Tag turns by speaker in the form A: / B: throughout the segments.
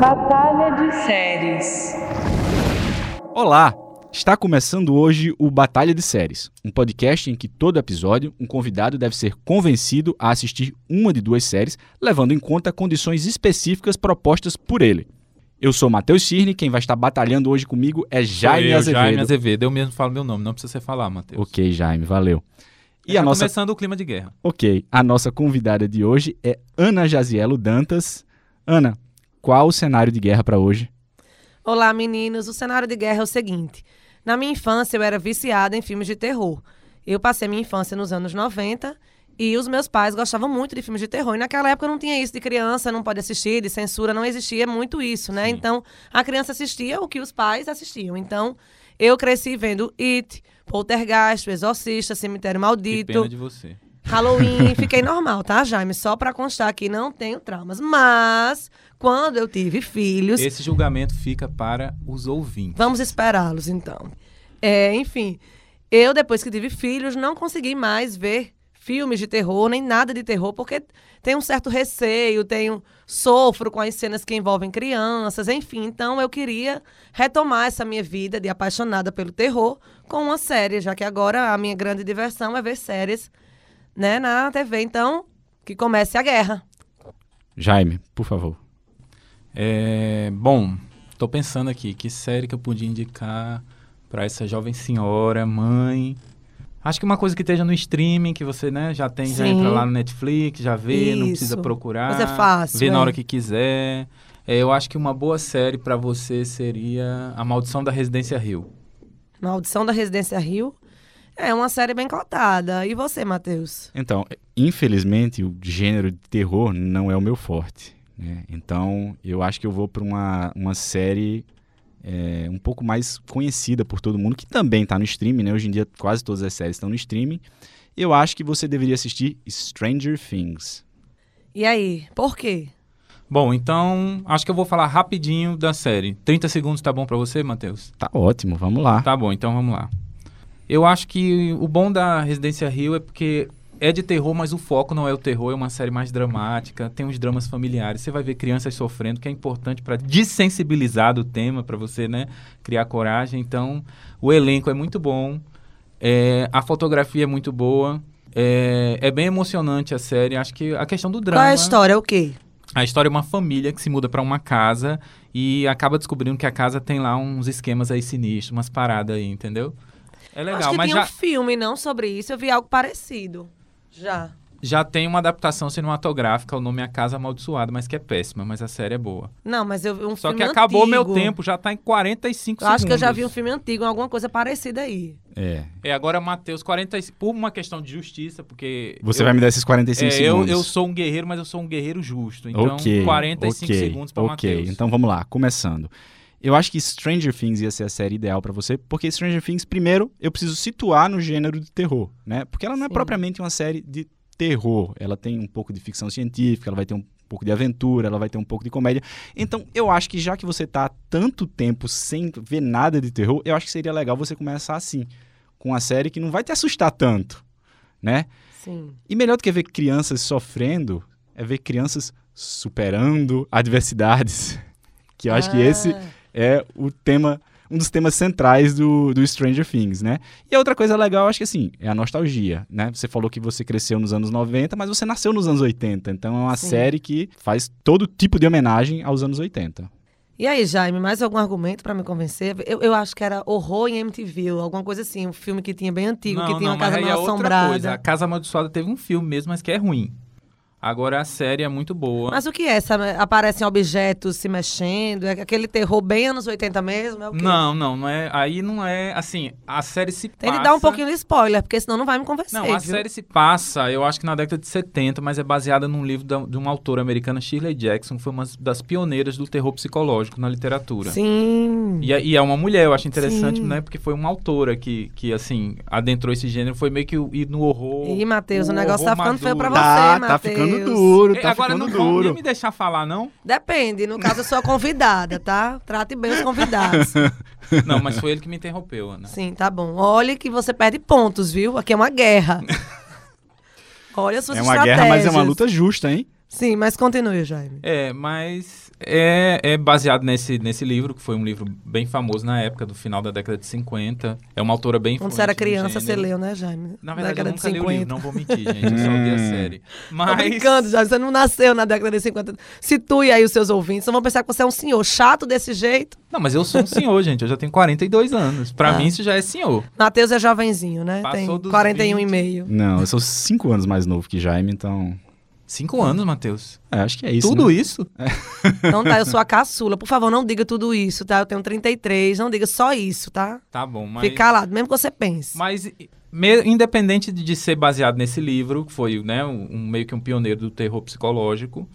A: Batalha de séries.
B: Olá! Está começando hoje o Batalha de Séries, um podcast em que todo episódio um convidado deve ser convencido a assistir uma de duas séries, levando em conta condições específicas propostas por ele. Eu sou Matheus Cirne, quem vai estar batalhando hoje comigo é Jaime
C: eu,
B: Azevedo.
C: Jaime Azevedo, eu mesmo falo meu nome, não precisa você falar, Matheus.
B: Ok, Jaime, valeu. E
C: Já
B: a nossa,
C: Tá começando o clima de guerra.
B: ok, a nossa convidada de hoje é Ana Jazielo Dantas. Ana, qual o cenário de guerra para hoje?
D: Olá, meninos. O cenário de guerra é o seguinte. Na minha infância, eu era viciada em filmes de terror. Eu passei a minha infância nos anos 90 e os meus pais gostavam muito de filmes de terror. E naquela época não tinha isso de criança, não pode assistir, de censura, não existia muito isso, né? Então, a criança assistia o que os pais assistiam. Então, eu cresci vendo It, Poltergeist, O Exorcista, Cemitério
C: Que
D: Maldito.
C: pena de você.
D: Halloween, fiquei normal, tá, Jaime? Só pra constar que não tenho traumas. Mas, quando eu tive filhos,
C: Esse julgamento fica para os ouvintes.
D: Vamos esperá-los, então. É, enfim, eu, depois que tive filhos, não consegui mais ver filmes de terror, nem nada de terror, porque tenho um certo receio, tenho sofro com as cenas que envolvem crianças, enfim. Então, eu queria retomar essa minha vida de apaixonada pelo terror com uma série, já que agora a minha grande diversão é ver séries né, na TV. Então, que comece a guerra.
B: Jaime, por favor.
C: É, bom, tô pensando aqui, que série que eu podia indicar para essa jovem senhora, mãe. Acho que uma coisa que esteja no streaming, que você né, já tem, já
D: Sim.
C: entra lá no Netflix, já vê, não precisa
D: Isso.
C: procurar.
D: Mas é fácil,
C: Vê na
D: é.
C: hora que quiser. É, eu acho que uma boa série para você seria A Maldição da Residência Rio.
D: Maldição da Residência Rio é uma série bem cotada. E você, Matheus?
B: Então, infelizmente, o gênero de terror não é o meu forte. né? Então, eu acho que eu vou para uma, uma série é, um pouco mais conhecida por todo mundo, que também está no streaming, né? Hoje em dia, quase todas as séries estão no streaming. Eu acho que você deveria assistir Stranger Things.
D: E aí, por quê?
C: Bom, então acho que eu vou falar rapidinho da série. 30 segundos tá bom pra você, Matheus?
B: Tá ótimo, vamos lá.
C: Tá bom, então vamos lá. Eu acho que o bom da Residência Rio é porque é de terror, mas o foco não é o terror, é uma série mais dramática, tem uns dramas familiares. Você vai ver crianças sofrendo, que é importante pra dessensibilizar do tema, pra você, né, criar coragem. Então, o elenco é muito bom, é, a fotografia é muito boa. É, é bem emocionante a série. Acho que a questão do drama.
D: Qual é a história? O quê?
C: A história é uma família que se muda pra uma casa e acaba descobrindo que a casa tem lá uns esquemas aí sinistros, umas paradas aí, entendeu? É
D: Acho
C: legal,
D: que
C: mas
D: tem
C: já,
D: um filme não sobre isso, eu vi algo parecido. Já.
C: já tem uma adaptação cinematográfica, o nome é A Casa Amaldiçoada, mas que é péssima, mas a série é boa.
D: Não, mas eu vi um
C: Só
D: filme
C: que acabou
D: antigo.
C: meu tempo, já tá em 45
D: Eu acho que eu já vi um
C: segundos.
D: filme antigo, alguma coisa parecida aí.
B: É,
C: É, agora, Matheus, 40, e- por uma questão de justiça, porque...
B: você
C: eu-
B: vai me dar esses 45
C: é, eu,
B: segundos.
C: eu sou um guerreiro, mas eu sou um guerreiro justo. Então,
B: ok,
C: 45
B: ok,
C: segundos pra
B: Ok,
C: Matheus.
B: então vamos lá, começando. Eu acho que Stranger Things ia ser a série ideal pra você, porque Stranger Things, primeiro, eu preciso situar no gênero de terror, né? Porque ela não é
D: Sim.
B: propriamente uma série de terror. Ela tem um pouco de ficção científica, ela vai ter um pouco de aventura, ela vai ter um pouco de comédia. Então, eu acho que já que você tá há tanto tempo sem ver nada de terror, eu acho que seria legal você começar assim, com uma série que não vai te assustar tanto, né?
D: Sim.
B: E melhor do que ver crianças sofrendo é ver crianças superando adversidades. Que eu acho
D: Ah.
B: que esse é o tema, um dos temas centrais do, do Stranger Things, né? E a outra coisa legal, eu acho que assim, é a nostalgia, né? Você falou que você cresceu nos anos 90, mas você nasceu nos anos 80. Então é uma
D: Sim.
B: série que faz todo tipo de homenagem aos anos 80.
D: E aí, Jaime, mais algum argumento pra me convencer? Eu, eu acho que era horror em MTV, ou alguma coisa assim, um filme que tinha bem antigo, que tinha uma
C: mas
D: casa
C: aí é
D: mal
C: outra
D: assombrada.
C: coisa. A Casa Amaldiçoada teve um filme mesmo, mas que é ruim. Agora a série é muito boa.
D: Mas o que é? Essa- Aparecem objetos se mexendo? É aquele terror bem anos 80 mesmo? É o quê?
C: Não, não, não é. Aí não é. Assim, a série se passa.
D: Tem de dar um pouquinho de spoiler, porque senão não vai me convencer.
C: Não, é a
D: viu?
C: série se passa, eu acho que na década de 70, mas é baseada num livro da- de uma autora americana, Shirley Jackson, que foi uma das pioneiras do terror psicológico na literatura.
D: Sim.
C: E é, e é uma mulher, eu acho interessante,
D: Sim.
C: né? Porque foi uma autora que, que, assim, adentrou esse gênero, foi meio que o- ir no horror.
D: Ih, Matheus, o
C: o
D: negócio tá
C: horror
D: ficando feio pra
C: maduro.
D: você,
B: tá,
D: Matheus.
B: tá ficando duro,
C: Ei,
B: tá
C: Agora
B: ficando
C: não vão nem
B: duro.
C: me deixar falar, não?
D: Depende, no caso eu sou a convidada, tá? Trate bem os convidados.
C: Não, mas foi ele que me interrompeu, Ana.
D: Sim, tá bom. Olha que você perde pontos, viu? Aqui é uma guerra. Olha suas
B: É uma
D: estratégias.
B: guerra, mas é uma luta justa, hein?
D: Sim, mas continue, Jaime.
C: É, mas é, é baseado nesse, nesse livro, que foi um livro bem famoso na época, do final da década de 50. É uma autora bem
D: Quando
C: influente
D: você era
C: no
D: criança, você
C: gênero.
D: leu, né, Jaime?
C: Na verdade,
D: década
C: eu
D: de
C: nunca li o
D: 50.
C: livro, não vou mentir, gente. Eu só vi a
B: Hum.
C: série.
D: Tô
C: Mas...
D: brincando, Jaime. Você não nasceu na década de 50. Situe aí os seus ouvintes. Não vão pensar que você é um senhor chato desse jeito.
C: Não, mas eu sou um senhor, gente. Eu já tenho 42 anos. Pra
D: Ah.
C: mim, isso já é senhor.
D: Matheus é jovenzinho, né?
C: Passou
D: Tem
C: dos
D: 41 e
C: 20.
D: meio.
B: Não, eu sou cinco anos mais novo que Jaime, então.
C: Cinco anos, Matheus.
B: É, acho que é isso.
C: Tudo
B: né?
C: isso?
D: Então tá, eu sou a caçula. Por favor, não diga tudo isso, tá? Eu tenho 33, não diga só isso, tá?
C: Tá bom, mas...
D: Fica calado, mesmo que você pense.
C: Mas, e- me- independente de de ser baseado nesse livro, que foi né, um, um- meio que um pioneiro do terror psicológico,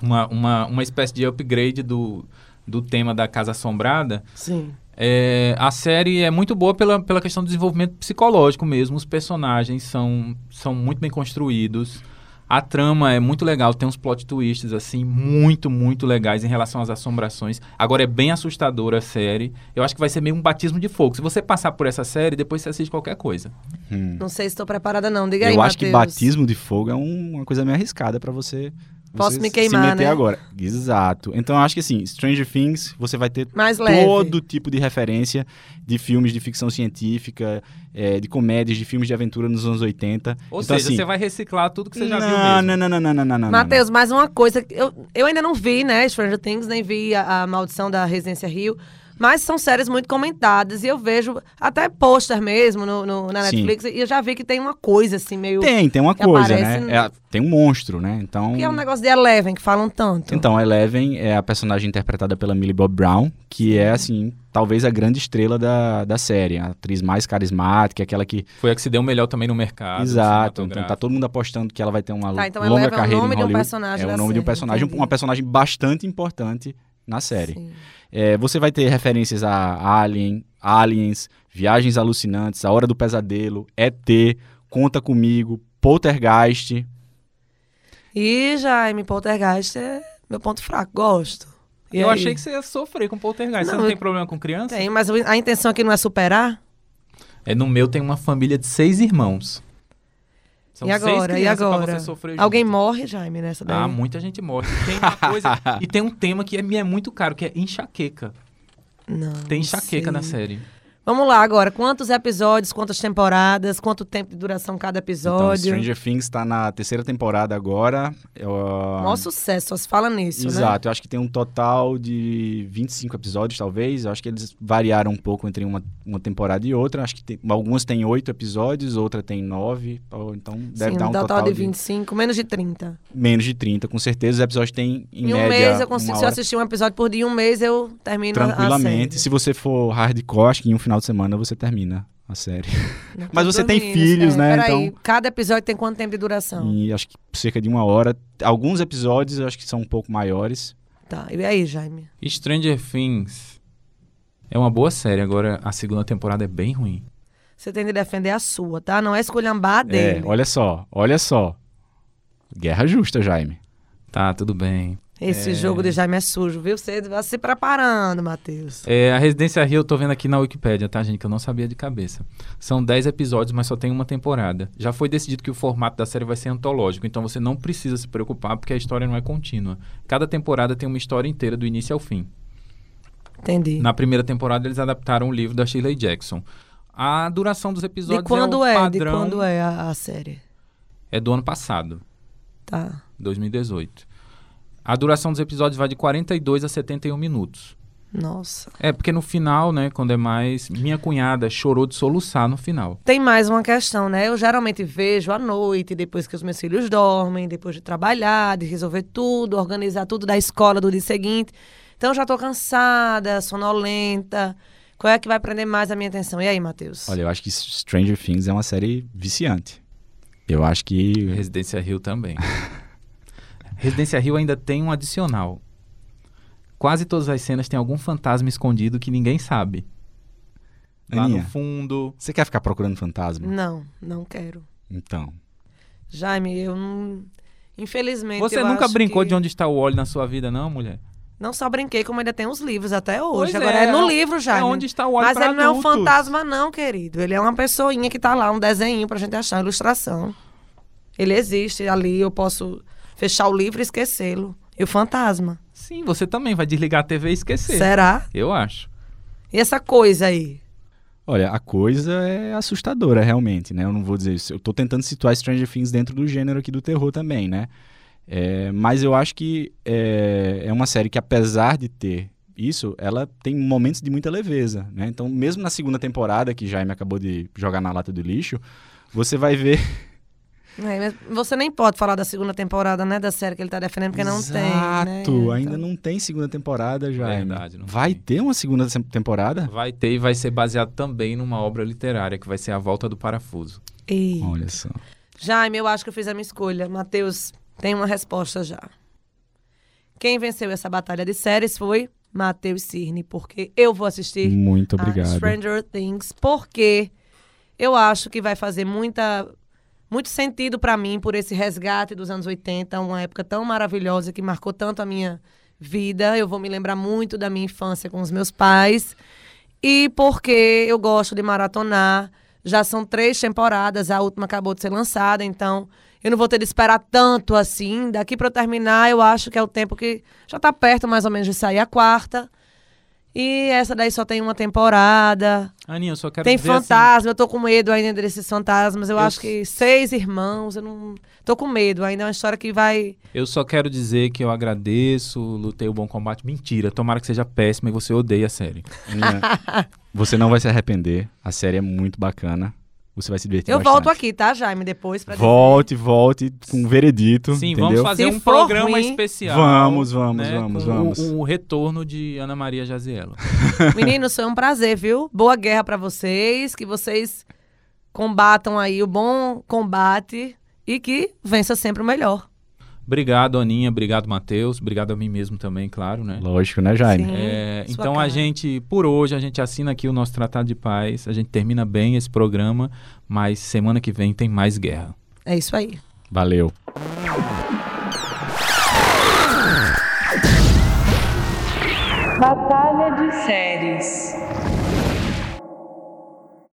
C: uma, uma, uma espécie de upgrade do, do tema da Casa Assombrada,
D: Sim.
C: é, a série é muito boa pela, pela questão do desenvolvimento psicológico mesmo. Os personagens são, são muito bem construídos. A trama é muito legal, tem uns plot twists, assim, muito, muito legais em relação às assombrações. Agora é bem assustadora a série. Eu acho que vai ser meio um batismo de fogo. Se você passar por essa série, depois você assiste qualquer coisa.
B: Hum.
D: Não sei se estou preparada, não. Diga
B: Eu
D: aí,
B: acho que
D: Matheus.
B: batismo de fogo é um- uma coisa meio arriscada pra você.
D: Posso
B: você
D: me queimar,
B: se meter
D: né?
B: agora. Exato. Então eu acho que assim, Stranger Things, você vai ter
D: Mais leve.
B: todo tipo de referência de filmes de ficção científica, é, de comédias, de filmes de aventura nos anos 80.
C: Ou
B: então,
C: seja,
B: assim,
C: você vai reciclar tudo que você já
B: não,
C: viu mesmo.
B: Não, não, não, não, não, não, não.
D: Matheus, mais uma coisa. que Eu, eu ainda não vi, né, Stranger Things, nem vi a, a Maldição da Residência Rio. Mas são séries muito comentadas e eu vejo até pôster mesmo no, no- na
B: Sim.
D: Netflix. E eu já vi que tem uma coisa assim, meio.
B: Tem, tem uma
D: que
B: coisa, né?
D: aparece no-
B: É a- tem um monstro, né? Então.
D: Que é um negócio de Eleven que falam tanto.
B: Então, a Eleven é a personagem interpretada pela Millie Bob Brown, que é, assim, talvez a grande estrela da, da série. A atriz mais carismática, aquela que.
C: Foi a que se deu melhor também no mercado.
B: Exato. Então, tá
C: cinematográfico.
B: todo mundo apostando que ela vai ter uma
D: Tá, então
B: longa
D: Eleven é o
B: carreira
D: nome
B: em
D: de um
B: Hollywood.
D: personagem
B: É
D: da
B: o nome de um
D: série,
B: personagem,
D: entendi.
B: uma personagem bastante importante na série.
D: Sim.
B: É, você vai ter referências a Alien, Aliens, Viagens Alucinantes, A Hora do Pesadelo, ET, Conta Comigo, Poltergeist.
D: E Jaime Poltergeist é meu ponto fraco. Gosto. E
C: Eu
D: aí?
C: achei que você ia sofrer com poltergeist. você
D: Não,
C: não
D: eu-
C: tem problema com criança?
D: Tem, mas a intenção aqui não é superar?
C: É, no meu tem uma família de seis irmãos. São
D: e agora?
C: Seis
D: e
C: crianças pra
D: agora?
C: Você sofrer
D: Alguém
C: junto.
D: morre, Jaime, nessa daí?
C: Ah, muita gente morre. E Tem uma coisa. e tem um tema que é, me é muito caro, que é enxaqueca.
D: Não.
C: Tem enxaqueca
D: sei.
C: na série.
D: Vamos lá agora. Quantos episódios, quantas temporadas, quanto tempo de duração cada
B: Então,
D: episódio?
B: Stranger Things tá na terceira temporada agora. Eu, ah,
D: Mó sucesso, só se fala nisso, né?
B: Exato, eu acho que tem um total de 25 episódios, talvez. Eu acho que eles variaram um pouco entre uma, uma temporada e outra. Acho que tem- algumas têm oito episódios, outra tem nove. Ou Então deve
D: Sim,
B: dar um total,
D: de
B: de,
D: 25, menos de 30.
B: menos de 30, com certeza. Os episódios têm, em,
D: Em, um
B: média,
D: mês eu consigo,
B: uma
D: se eu
B: hora,
D: assistir um episódio por dia, em um mês eu termino
B: tranquilamente.
D: a
B: Se você for hardcore, acho que em um final de semana você termina a série.
D: série. Não,
B: Mas você tem
D: dormindo,
B: filhos,
D: é,
B: né,
D: peraí,
B: então- Hum.
D: cada episódio tem quanto tempo de duração?
B: E acho que cerca de uma hora. Alguns episódios eu acho que são um pouco maiores.
D: Tá, e aí, Jaime?
C: Stranger Things é uma boa série, agora a segunda temporada é bem ruim.
D: Você tem de defender a sua, tá? Não é esculhambar a
B: É,
D: dele.
B: olha só, olha só. Guerra justa, Jaime.
C: Tá, tudo bem.
D: Esse jogo de Jaime é sujo, viu? Você vai se preparando, Matheus.
C: É, a Residência Rio eu tô vendo aqui na Wikipédia, tá, gente? Que eu não sabia de cabeça. São 10 episódios, mas só tem uma temporada. Já foi decidido que o formato da série vai ser antológico, então você não precisa se preocupar porque a história não é contínua. Cada temporada tem uma história inteira do início ao fim.
D: Entendi.
C: Na primeira temporada, eles adaptaram o livro da Shirley Jackson. A duração dos
D: De
C: episódios
D: quando
C: é,
D: é?
C: o
D: De
C: padrão.
D: quando é a, a série?
C: é do ano passado,
D: Tá.
C: 2018. A duração dos episódios vai de 42 a 71 minutos.
D: Nossa.
C: É, porque no final, né, quando é mais. Minha cunhada chorou de soluçar no final.
D: Tem mais uma questão, né? Eu geralmente vejo à noite, depois que os meus filhos dormem, depois de trabalhar, de resolver tudo, organizar tudo da escola do dia seguinte. Então já tô cansada, sonolenta. Qual é que vai prender mais a minha atenção? E aí, Matheus?
B: Olha, eu acho que Stranger Things é uma série viciante. Eu acho que.
C: Residência Rio também. Residência Rio ainda tem um adicional. Quase todas as cenas tem algum fantasma escondido que ninguém sabe. Lá
B: Aninha.
C: no fundo.
B: Você quer ficar procurando fantasma?
D: Não, não quero.
B: Então.
D: Jaime, eu não. Infelizmente.
C: Você
D: eu
C: nunca
D: acho
C: brincou
D: que-
C: de onde está o óleo na sua vida, não, mulher?
D: Não só brinquei, como ainda tem os livros até hoje.
C: Pois
D: Agora é,
C: é,
D: no
C: é-
D: livro, Jaime.
C: É onde está o óleo
D: Mas
C: pra
D: ele não é um
C: adultos.
D: fantasma, não, querido. Ele é uma pessoinha que tá lá, um desenho pra gente achar, uma ilustração. Ele existe ali, eu posso fechar o livro e esquecê-lo. E o fantasma.
C: Sim, você também vai desligar a TV e esquecer.
D: Será?
C: Eu acho.
D: E essa coisa aí?
B: Olha, a coisa é assustadora, realmente, né? Eu não vou dizer isso. Eu tô tentando situar Stranger Things dentro do gênero aqui do terror também, né? É, mas eu acho que é, é uma série que, apesar de ter isso, ela tem momentos de muita leveza, né? Então, mesmo na segunda temporada, que Jaime acabou de jogar na lata do lixo, você vai ver...
D: É, mas você nem pode falar da segunda temporada, né? Da série que ele tá defendendo, porque não tem. né?
B: Exato! Ainda
D: Então,
B: não tem segunda temporada, Jaime.
C: Verdade, não
B: Vai
C: tem.
B: ter uma segunda sem- temporada?
C: Vai ter e vai ser baseado também numa obra literária, que vai ser A Volta do Parafuso.
D: Ih.
B: Olha só.
D: Jaime, eu acho que eu fiz a minha escolha. Matheus, tem uma resposta já. Quem venceu essa batalha de séries foi Matheus Cirne, porque eu vou assistir
B: Muito
D: a
B: obrigado.
D: Stranger Things, porque eu acho que vai fazer muita, muito sentido pra mim por esse resgate dos anos 80, uma época tão maravilhosa que marcou tanto a minha vida. Eu vou me lembrar muito da minha infância com os meus pais e porque eu gosto de maratonar. Já são três temporadas, a última acabou de ser lançada, então eu não vou ter de esperar tanto assim. Daqui pra eu terminar, eu acho que é o tempo que já tá perto mais ou menos de sair a quarta. E essa daí só tem uma temporada.
C: Aninha, eu só quero
D: tem
C: dizer assim,
D: fantasma, eu tô com medo ainda desses fantasmas. Eu,
C: Eu
D: acho
C: s-
D: que seis irmãos, eu não. Tô com medo, ainda é uma história que vai.
C: eu só quero dizer que eu agradeço, lutei o bom combate. Mentira, tomara que seja péssima e você odeie a série.
B: Aninha, você não vai se arrepender. A série é muito bacana. Você vai se divertir
D: Eu
B: bastante.
D: volto aqui, tá, Jaime? Depois pra dizer.
B: Volte, volte com um veredito.
C: Sim,
B: entendeu?
C: vamos fazer
D: Se
C: um
D: for
C: programa
D: ruim-
C: especial.
B: Vamos, vamos,
C: né,
B: vamos,
C: com o-
B: vamos.
C: O, retorno de Ana Maria Jaziello.
D: Meninos, foi um prazer, viu? Boa guerra pra vocês, que vocês combatam aí o bom combate e que vença sempre o melhor.
C: Obrigado, Aninha. Obrigado, Matheus. Obrigado a mim mesmo também, claro, né?
B: Lógico, né, Jaime?
D: Sim.
C: É,
D: Sua
C: então a
D: cara.
C: gente, por hoje, a gente assina aqui o nosso Tratado de Paz. A gente termina bem esse programa, mas semana que vem tem mais guerra.
D: É isso aí.
B: Valeu.
A: Batalha de séries.